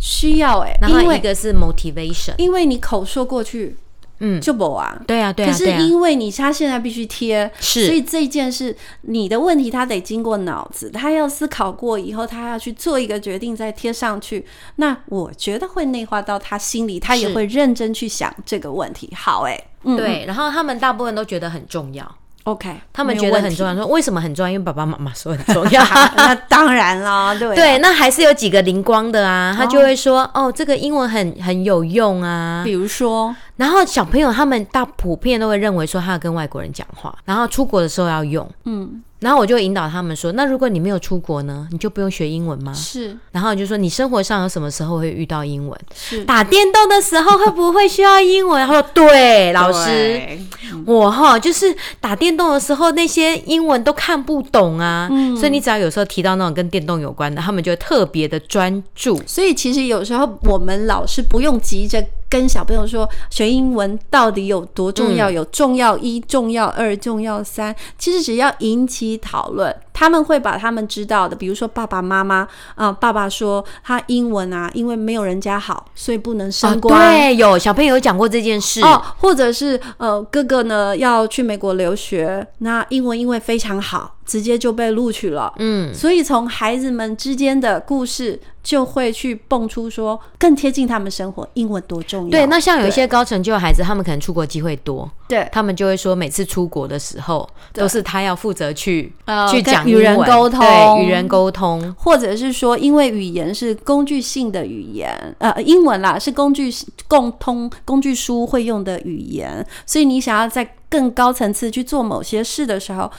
需要哎，
然
因
后一
为
个是 motivation，
因为你口说过去，
嗯
就不啊。
对啊，对
可
啊，
是
对啊，
因为你他现在必须贴，
是
所以这件事你的问题他得经过脑子，他要思考过以后，他要去做一个决定再贴上去。那我觉得会内化到他心里，他也
是
会认真去想这个问题。好、哎，嗯，
对，然后他们大部分都觉得很重要，
，OK，
他们觉得很重
要。
要，说为什么很重要？因为爸爸妈妈说很重要。
那当然啦，对啊
对，，那还是有几个灵光的啊，他就会说哦这个英文很很有用啊
比。如说，
然后小朋友他们大普遍都会认为说他要跟外国人讲话，然后出国的时候要用，
嗯，
然后我就引导他们说，那如果你没有出国呢，你就不用学英文吗？
是
然后你就说你生活上有什么时候会遇到英文？
是，
打电动的时候会不会需要英文？他说对，老师。
对，
我哈，就是打电动的时候，那些英文都看不懂啊，所以你只要有时候提到那种跟电动有关的，他们就会特别的专注。
所以其实有时候我们老师不用急着跟小朋友说学英文到底有多重要，有重要一、重要二、重要三，其实只要引起讨论，他们会把他们知道的，比如说爸爸妈妈啊，爸爸说他英文啊，因为没有人家好，所以不能升官。
哦对，有小朋友有讲过这件事，
哦，或者是呃，哥哥呢要去美国留学，那英文因为非常好，直接就被录取了。
嗯，
所以从孩子们之间的故事就会去蹦出说更贴近他们生活，英文多重要。
对。那像有一些高成就的孩子，他们可能出国机会多，
对
他们就会说每次出国的时候都是他要负责去
呃
去
跟
讲
与
英
人
文
沟通
对，与人沟通。
或者是说，因为语言是工具性的语言，呃，英文啦是工具共通工具书会用的语言，所以你想要在更高层次去做某些事的时候，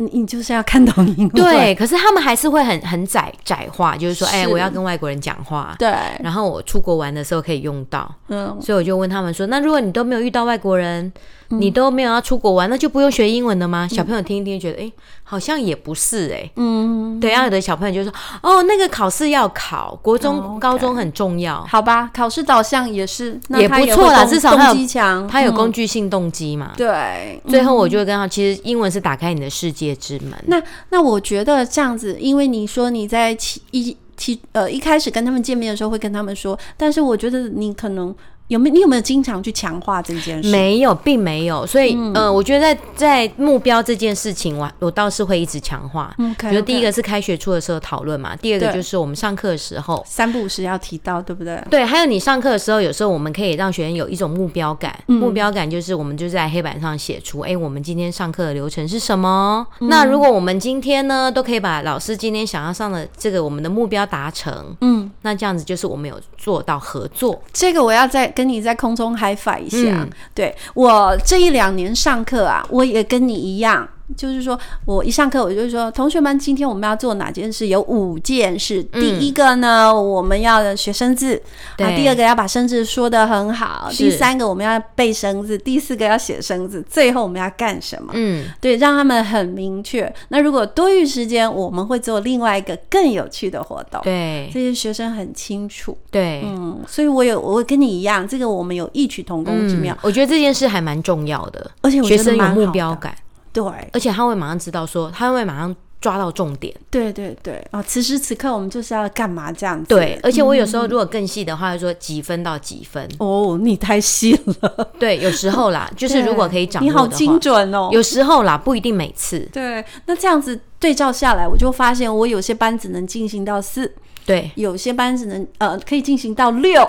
你你就是要看懂英文。
对，可是他们还是会很很窄窄化，就是说，哎、
是
我要跟外国人讲话，
对，
然后我出国玩的时候可以用到。
嗯，
所以我就问他们说：“那如果你都没有遇到外国人，你都没有要出国玩，那就不用学英文了吗？”小朋友听一听，觉得诶，好像也不是诶。嗯，对。然后有的小朋友就说：“哦，那个考试要考，国中、
哦，OK
高中很重要，
好吧，考试导向也是，那
也
他
不
会
错啦
动
至少他有
动机强，
它有工
嗯
具性动机嘛。
对，
最后我就会跟他，其实英文是打开你的世界之门。
那那我觉得这样子，因为你说你在起一起呃一开始跟他们见面的时候会跟他们说，但是我觉得你可能有没有你有没有经常去强化这件事？
没有，并没有，所以、
嗯
呃，我觉得在在目标这件事情，我我倒是会一直强化。
嗯，
比如第一个是开学初的时候讨论嘛，第二个
对
就是我们上课的时候，
三不五时要提到，对不对？
对，还有你上课的时候，有时候我们可以让学生有一种目标感。
嗯
目标感就是我们就在黑板上写出，哎、我们今天上课的流程是什么？
嗯
那如果我们今天呢，都可以把老师今天想要上的这个我们的目标达成，
嗯，
那这样子就是我们有做到合作。
这个我要再跟你在空中嗨翻一下。
嗯
对我这一两年上课啊，我也跟你一样，就是说我一上课我就说，同学们，今天我们要做哪件事？有五件事。第一个呢，我们要学生字啊；
嗯对
第二个要把生字说得很好；
是
第三个我们要背生字；第四个要写生字；最后我们要干什么？
嗯，
对，让他们很明确。那如果多余时间，我们会做另外一个更有趣的活动。
对
这些学生很清楚。
对，
嗯，所以我有，我跟你一样，这个我们有异曲同工之妙，
我觉得这件事还蛮重要的，
而哎且我觉
嗯学
得
生有
蛮
目
好
标
的，
感，
对，
而且他会马上知道说，他会马上抓到重点。
对对对，哦，此时此刻我们就是要干嘛这样子？
对，，而且我有
嗯
时候如果更细的话，就说几分到几分。
哦，你太细了，
对，有时候 啦，就是如果可以掌握
你
的话，
好精准哦。
有时候啦，不一定每次。
对，那这样子对照下来，我就发现我有些班只能进行到四，
对
有些班只能呃可以进行到六，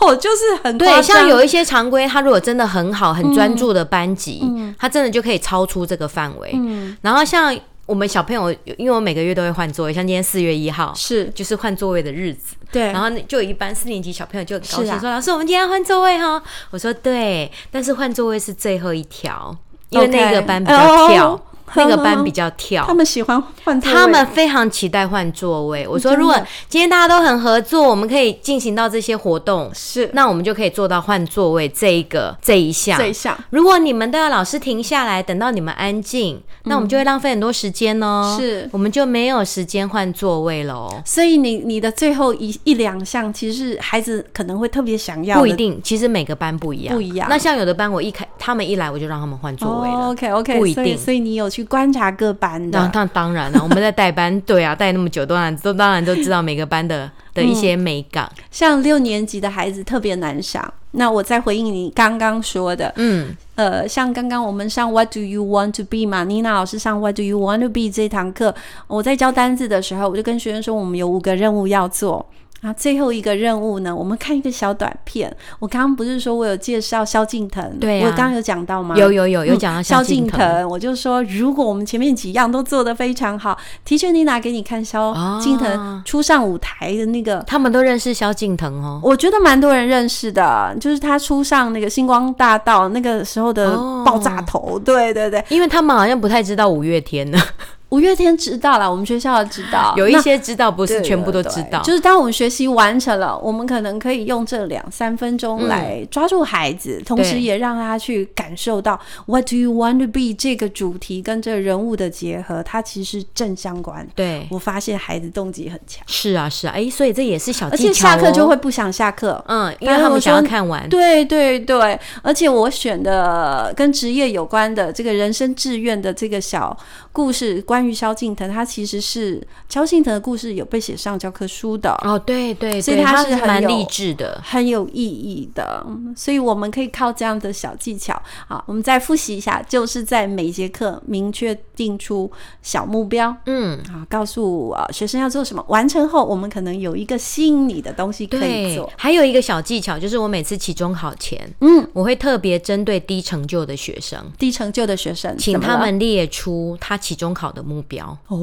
哦，就是很夸
对，
张
像有一些常规，他如果真的很好、很专注的班级，他真的就可以超出这个范围。
嗯
然后像我们小朋友，因为我每个月都会换座位，像今天四月一号。
是
就是换座位的日子，
对，
然后就有一班四年级小朋友就很高
是
兴
啊
说：“老师，我们今天要换座位哈。”我说：“对，但是换座位是最后一条，因为
OK
那个班比较跳
哦，
那个班比较跳。
他们喜欢换座位，
他们非常期待换座位。我
真
说，
的
如果今天大家都很合作，我们可以进行到这些活动，
是
那我们就可以做到换座位这一个这一项
这。一项
如果你们都要老师停下来，等到你们安静，那我们就会浪费很多时间哦。
是
我们就没有时间换座位喽。
所以你你的最后一一两项，其实是孩子可能会特别想要的
不一定，其实每个班不一样，
不一样
那像有的班，我一开他们一来，我就让他们换座位了。
哦、OK OK，
不一
所以
定
所以你有去观察各班
那
的，
那当然了，我们在带班，对啊，带那么久，当然都当然都知道每个班的的一
嗯
些美感。
像六年级的孩子特别难上。那我再回应你刚刚说的，
嗯，
呃，像刚刚我们上 What do you want to be 嘛，妮娜老师上 What do you want to be 这堂课，我在教单字的时候，我就跟学生说，我们有五个任务要做。啊，最后一个任务呢，我们看一个小短片。我刚刚不是说我有介绍萧敬腾，
对啊
我刚刚有讲到吗？
有有有有讲到
嗯萧
敬
敬腾，我就说，如果我们前面几样都做得非常好，提前你拿给你看萧
哦
敬腾初上舞台的那个，
他们都认识萧敬腾哦。
我觉得蛮多人认识的，就是他初上那个星光大道那个时候的
哦
爆炸头，对对对，
因为他们好像不太知道五月天呢，
五月天知道了，我们学校知道，
有一
那
些知道，不是
对
全部都
对
知道。
就是当我们学习完成了，我们可能可以用这两三分钟来抓住孩子，同时
嗯对
也让他去感受到 “What do you want to be” 这个主题跟这个人物的结合，它其实是正相关。
对，
我发现孩子动机很强，
是啊，是啊，哎，所以这也是小
而
技
且
巧、哦。
下课就会不想下课。
嗯，因
反
为
正
他
我
们想要
说
看完。
对对对，而且我选的跟职业有关的这个人生志愿的这个小故事，关于萧敬腾，他其实是萧敬腾的故事有被写上教科书的
哦，对对
所以
对，
他
他
是很
蛮
有
励志的。
很有意义的，所以我们可以靠这样的小技巧啊，我们再复习一下，就是在每节课明确定出小目标
嗯，
啊，告诉啊学生要做什么，完成后我们可能有一个吸引你的东西可以
对
做。。
还有一个小技巧就是，我每次期中考前，
嗯，
我会特别针对低成就的学生，
低成就的学生，
请
怎么
他
了
们列出他期中考的目标，
哦，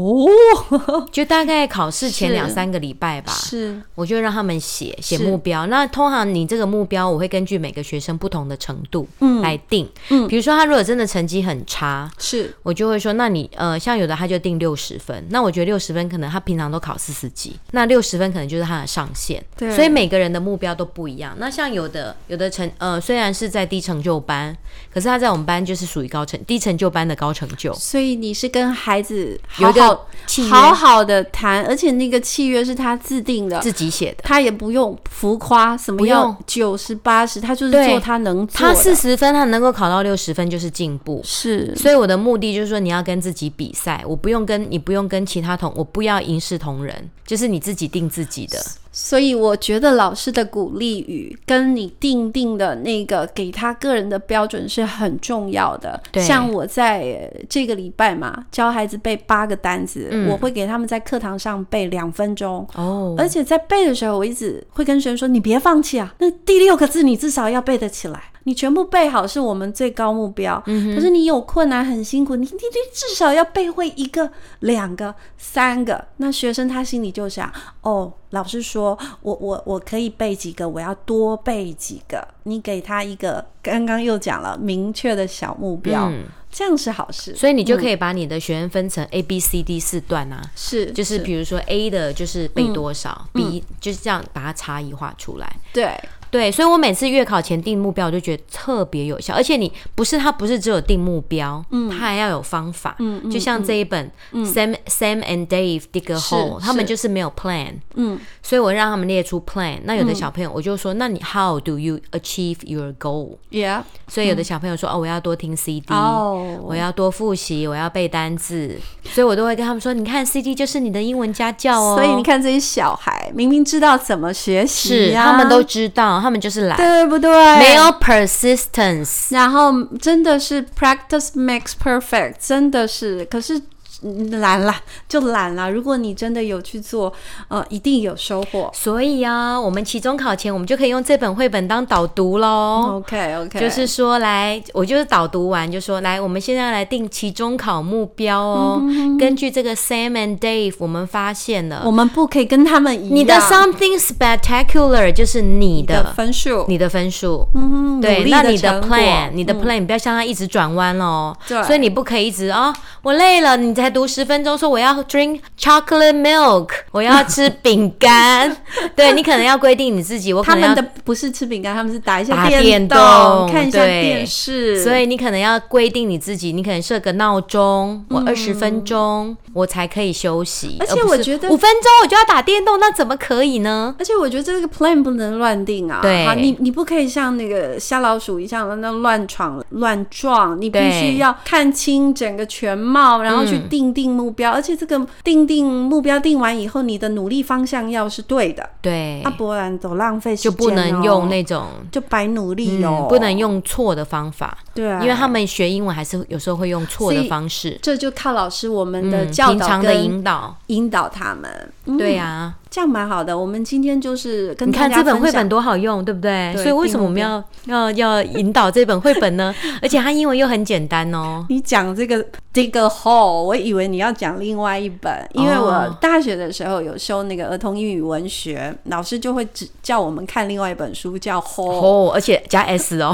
就大概考试前
是
两三个礼拜吧。
是
我就让他们写写
是
目标。那通常你这个目标，我会根据每个学生不同的程度来定。嗯，比如说他如果真的成绩很差，
是
我就会说，那你呃，像有的他就定六十分，那我觉得六十分可能他平常都考四十几，那六十分可能就是他的上限。
对
所以每个人的目标都不一样。那像有的有的成呃，虽然是在低成就班，可是他在我们班就是属于高成低成就班的高成就。
所以你是跟孩子
有
好
一
好
个契约
好好的谈，而且那个契约是他制定的，
自己写的，
他也不用浮夸，什么
不
要
用
九十八十，他就是
对
做他能做
他
的。
四十分，他能够考到六十分就是进步。
是
所以我的目的就是说，你要跟自己比赛，我不用跟你不用跟其他同，我不要一视同仁，就是你自己定自己的。
所以我觉得老师的鼓励语跟你定定的那个给他个人的标准是很重要的。
对
像我在呃这个礼拜嘛，教孩子背八个单词，
嗯
我会给他们在课堂上背两分钟。
哦
而且在背的时候，我一直会跟学生说：“你别放弃啊，那第六个字你至少要背得起来，你全部背好是我们最高目标。
嗯
可是你有困难，很辛苦，你你你至少要背会一个、两个、三个。那学生他心里就想：哦，老师说我我我可以背几个，我要多背几个。你给他一个，刚刚又讲了明确的小目标，
嗯
这样是好事。嗯
所以你就可以把你的学员分成 A、B、C、D 四段啊，
是
就是比如说 A 的就是背多少、b 就是这样把它差异化出来。
对
对，所以我每次月考前定目标，我就觉得特别有效，而且你不是它不是只有定目标，嗯，它还要有方法，嗯，就像这一本、Sam Sam and Dave dig a
嗯是
hole，他们
是
就是没有 plan，
嗯，
所以我让他们列出 plan。那有的小朋友我就说，那你 how do you achieve your goal？
，Yeah，
所以有的小朋友说，哦，我要多听 CD，、
嗯哦
我要多复习，我要背单字，所以我都会跟他们说，你看 CD 就是你的英文家教哦。
所以你看，这些小孩明明知道怎么学习
是
呀、
他们都知道，他们就是懒，
对不对？
没有。persistence。
然后真的是 practice makes perfect，真的是，可是嗯懒啦，就懒啦。如果你真的有去做，呃，一定有收获。
所以啊，我们期中考前，我们就可以用这本绘本当导读喽。
OK OK，
就是说，来，我就是导读完就说，来，我们现在来定期中考目标哦。根据这个 Sam and Dave，我们发现了
我们不可以跟他们一样，
哦你的 something spectacular 就是你
你的
的
分数，
你的分数，
嗯，努
对，
力
那你
成
的
果嗯
plan，你的 plan 不要像他一直转弯哦。
对
所以你不可以一直哦，我累了，你才读十分钟，说我要 drink chocolate milk，我要吃饼 干。对你可能要规定你自己，我可
他
能要
们的。不是吃饼干，他们是打一下
打电
动，
动
看一下
对
电视，
所以你可能要规定你自己，你可能设个闹钟，我二十分钟、我才可以休息。
嗯而且我觉得
五分钟我就要打电动，那怎么可以呢？
而且我觉得这个 plan 不能乱定啊，
对
好你你不可以像那个瞎老鼠一样那乱闯乱撞，你必须
对嗯
要看清整个全貌，然后去定定目标，而且这个定定目标定完以后，你的努力方向要是对的，
对，
啊，不然走浪费时
就
间、哦，
不能用那种、
就白努力哦，
嗯不能，用错的方法。
对啊、
因为他们学英文还是有时候会用错
所
的
以
方式，
这就靠老师我们的
嗯
教
平
导
常的
跟
引导，
引导他们，嗯
对啊，
这样蛮好的。我们今天就是跟
你看
大家
这本
分
绘
享
本多好用，对不对？
对
所以为什么我们
并
要要要引导这本绘本呢？而且它英文又很简单 哦。
你讲这个这个 hole，我以为你要讲另外一本，因为我
哦
大学的时候有修那个儿童英语文学，老师就会只叫我们看另外一本书叫 hole
哦，而且加 s 哦，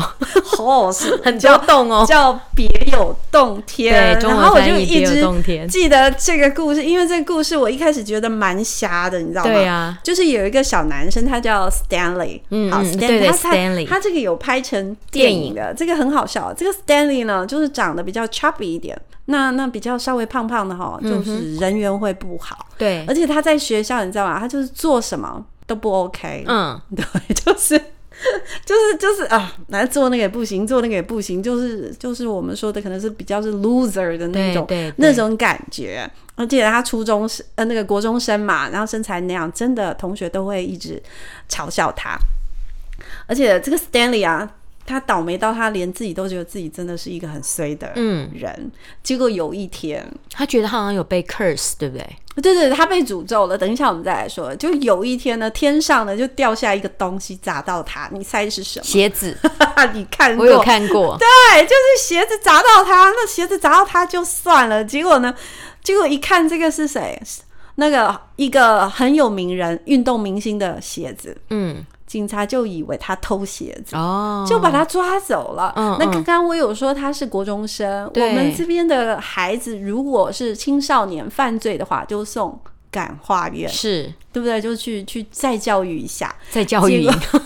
hole 是
很多动哦。
叫别有洞天，
对中文
然后我
翻译
就一
别有
直
洞天
记得这个故事，因为这个故事我一开始觉得蛮瞎的，你知道吗？
对啊，
就是有一个小男生，他叫 Stanley，
嗯
好
嗯
Stan-
对对
他他
Stanley
他这个有拍成电影的，这个很好笑。这个 Stanley 呢，就是长得比较 chubby 一点，那那比较稍微胖胖的哈，
嗯
就是人缘会不好，
对
而，且他在学校你知道吗？他就是做什么都不 OK，
嗯，
对，就是。 就是就是啊，来做那个也不行，做那个也不行，就是就是我们说的可能是比较是 loser 的那
对
种
对对
那种感觉。而且他初中生呃那个国中生嘛，然后身材那样，真的同学都会一直嘲笑他。而且这个 Stanley 啊，他倒霉到他连自己都觉得自己真的是一个很衰的
嗯
人。结果有一天，
他觉得他好像有被 curse，对不对？
对对，他被诅咒了。等一下我们再来说。就有一天呢，天上呢就掉下一个东西砸到他，你猜是什么？
鞋子，
你看过？
我有看 过。
对，就是鞋子砸到他，那鞋子砸到他就算了，结果呢？结果一看这个是谁？那个一个很有名人、运动明星的鞋子，
嗯，
警察就以为他偷鞋子。
哦，
就把他抓走了。
嗯
那
嗯
刚刚我有说他是国中生，
对
我们这边的孩子如果是青少年犯罪的话，就送感化院，
是
对不对？就去去再教育一下。
在教育
结
营
果，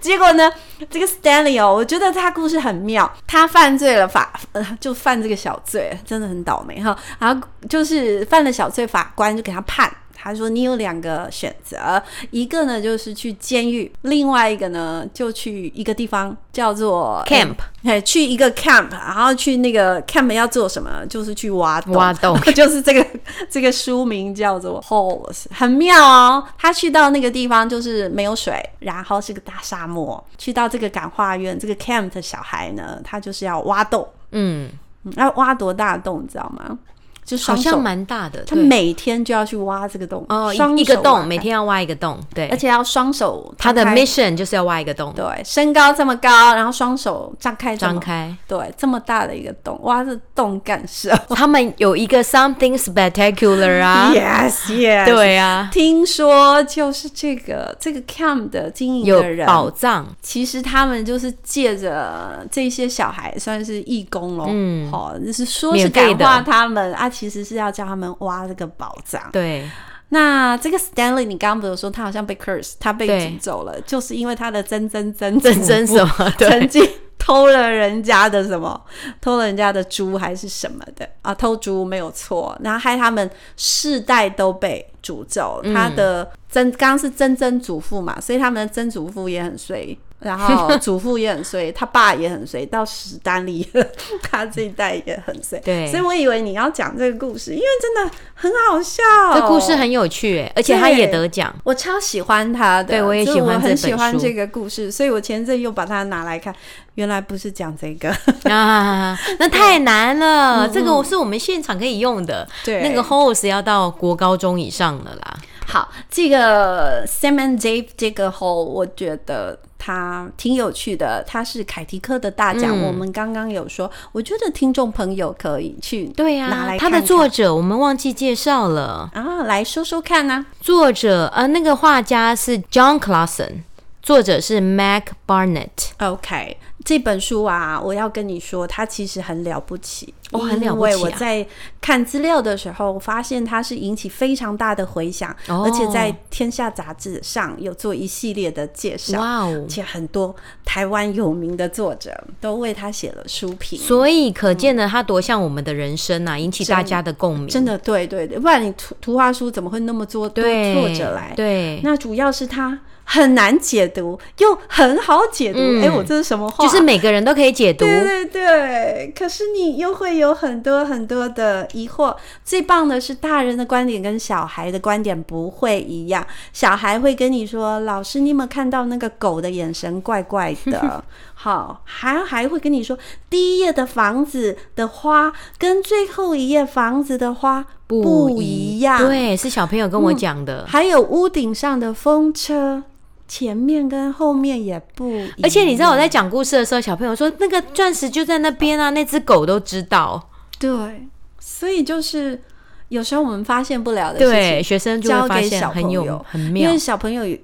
结果呢，这个 Stanley 哦，我觉得他故事很妙，他犯罪了法，呃就犯这个小罪，真的很倒霉哈。然后就是犯了小罪，法官就给他判。他说：“你有两个选择，一个呢就是去监狱，另外一个呢就去一个地方叫做
Camp
哎，去一个 camp，然后去那个 camp 要做什么？就是去挖洞，
挖洞
就是这个这个书名叫做 Holes，很妙哦。他去到那个地方就是没有水，然后是个大沙漠。去到这个感化院，这个 camp 的小孩呢，他就是要挖洞，
嗯，
嗯要挖多大的洞，你知道吗？就
好
双手
像，蛮大的。
他
对
每天就要去挖这个洞，
哦，
双
一一个
手挖
洞，
开
每，天要挖一个洞，对
而。且要双手
他的
张开
mission 就是要挖一个洞，
对身高这么高，然后双手张开这么
张开。
对，这么大的一个洞，哇，这洞干事哦
他们有一个 something spectacular 啊
Yes, yes。，
对啊，
听说就是这个这个 camp 的经营
有
的人，
宝藏，
其实他们就是借着这些小孩算是义工咯。
嗯
好、就是说是
免费
感
的
化他们啊，其实是要教他们挖这个宝藏。
对，
那这个 Stanley，你刚刚不是说他好像被 curse，他被
对
诅咒了，就是因为他的曾曾曾
真真什么？
曾
对，
经偷了人家的什么，偷了人家的猪还是什么的啊？偷猪没有错，然后害他们世代都被诅咒。
嗯
他的曾刚刚是曾曾祖父嘛，所以他们的曾祖父也很衰。然后祖父也很 衰，他爸也很衰，到史丹利 他这一代也很衰。
对
所以我以为你要讲这个故事，因为真的很好笑。
这故事很有趣
哦
耶，而且他也得奖。
我超喜欢他的，
对我也
就
喜欢这
很
本
喜欢
书
这个故事，所以我前阵又把它拿来看，原来不是讲这个，
啊，那太难了，这个是我们现场可以用的。
嗯对
那个 host 要到国高中以上了啦。
好，这个 Sam and Dave 这个 hole，我觉得它挺有趣的，它是凯迪克的大奖，
嗯
我们刚刚有说，我觉得听众朋友可以去
对呀、
拿来
他
看
的
看
作者我们忘记介绍了，
啊，来说说看呢、
作者呃那个画家是 John Clausen，作者是 Mac Barnett。
OK，这本书啊，我要跟你说，它其实很了不起，
哦很了不起啊
因为我在看资料的时候，发现它是引起非常大的回响，
哦
而且在《天下》杂志上有做一系列的介绍，
哇哦
而！且很多台湾有名的作者都为他写了书评。
所以可见呢，他多像我们的人生呐、啊，引起大家的共鸣。
嗯真的，对对对，不然你图图画书怎么会那么多多
对
作者来？
对，
那主要是它很难解读，又很好解读。哎、
嗯
我这是什么话？
就是每个人都可以解读。
对对对，可是你又会有很多很多的疑惑。最棒的是，大人的观点跟小孩的观点不会一样。小孩会跟你说：“老师，你有没有看到那个狗的眼神怪怪 的？”好，还还会跟你说，第一页的房子的花跟最后一页房子的花。不
不
一样嗯
对，是小朋友跟我讲的。
还有屋顶上的风车，前面跟后面也不一样
而且你知道我在讲故事的时候，小朋友说那个钻石就在那边啊，那只狗都知道。
对，所以就是有时候我们发现不了的
对，
事情，
学生就
交
会发
给
现
小
很
朋
有
友，
很
因
妙
为，小朋友有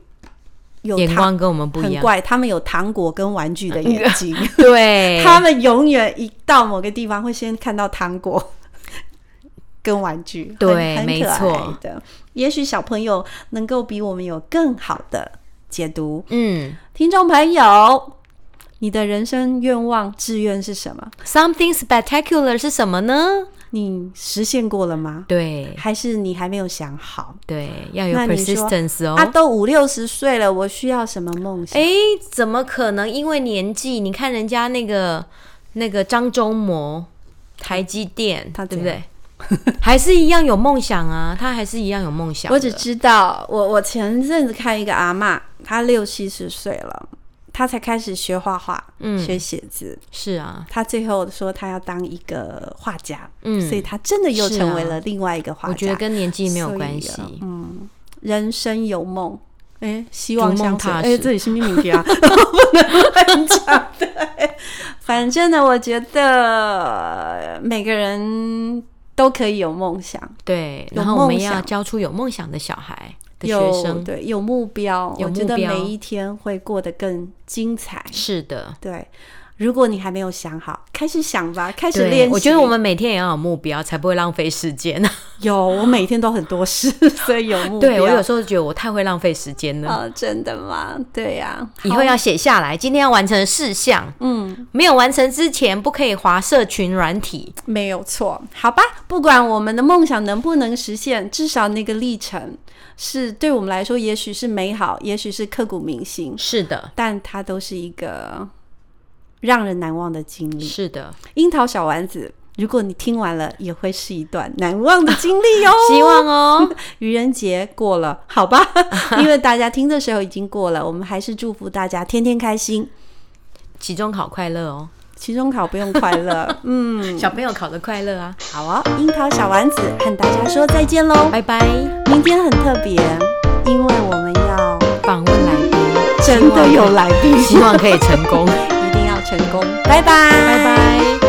有
眼光
糖
跟我们不一
很
样。
怪，他们有糖果跟玩具的眼睛，
对，
他们永远一到某个地方会先看到糖果 跟玩具，很
对
很
没
可爱
错
的。也许小朋友能够比我们有更好的解读。
嗯
听众朋友，你的人生愿望志愿是什么？
，something spectacular 是什么呢？
你实现过了吗？
对
还是你还没有想好？
对，要有
那你说
persistence 哦。
啊，都五六十岁了，我需要什么梦想？
哎，怎么可能？因为年纪，你看人家那个那个张忠谋，台积电，
他
对
怎
不对？ 还是一样有梦想啊，他还是一样有梦想的。
我只知道，我我前阵子看一个阿嬷，她六七十岁了，她才开始学画画，
嗯
学写字。
是啊，
她最后说她要当一个画家，
嗯
所以她真的又
是啊
成为了另外一个画家。
我觉得跟年纪没有
所以
关系。
啊嗯，人生有梦，哎、希望
逐梦
相随。
踏
哎、
实
这里是秘密啊， 不能乱讲。对，反正呢，我觉得每个人都可以有梦想，
对，
有
然后我们
梦想
要教出有梦想的小孩的学
有
生。
对有目标，
有
我觉
目
得
标
每一天会过得更精彩。
是的，
对，如果你还没有想好，开始想吧，开始练
对，
习。
我觉得我们每天也要有目标，才不会浪费时间。
有，我每天都很多事， 所以有目标。
对我有时候觉得我太会浪费时间了，
啊、真的吗？对呀、
以后要写下来，今天要完成的事项，
嗯。
没有完成之前不可以划社群软体。
没有错，好吧，不管我们的梦想能不能实现，至少那个历程是对我们来说，也许是美好，也许是刻骨铭心，
是的，
但它都是一个让人难忘的经历。
是的，
樱桃小丸子，如果你听完了，也会是一段难忘的经历 哟、
希望哦。
愚人节过了，好 吧，因为大家听的时候已经过了，我们还是祝福大家天天开心，
期中考快乐哦，
期中考不用快乐。嗯，
小朋友考得快乐啊，
好哦，樱桃小丸子和大家说再见喽。
拜拜。
明天很特别，因为我们要
访问来宾，
真的有来宾，
希望可以成功，
一定要成功。拜拜，拜
拜拜。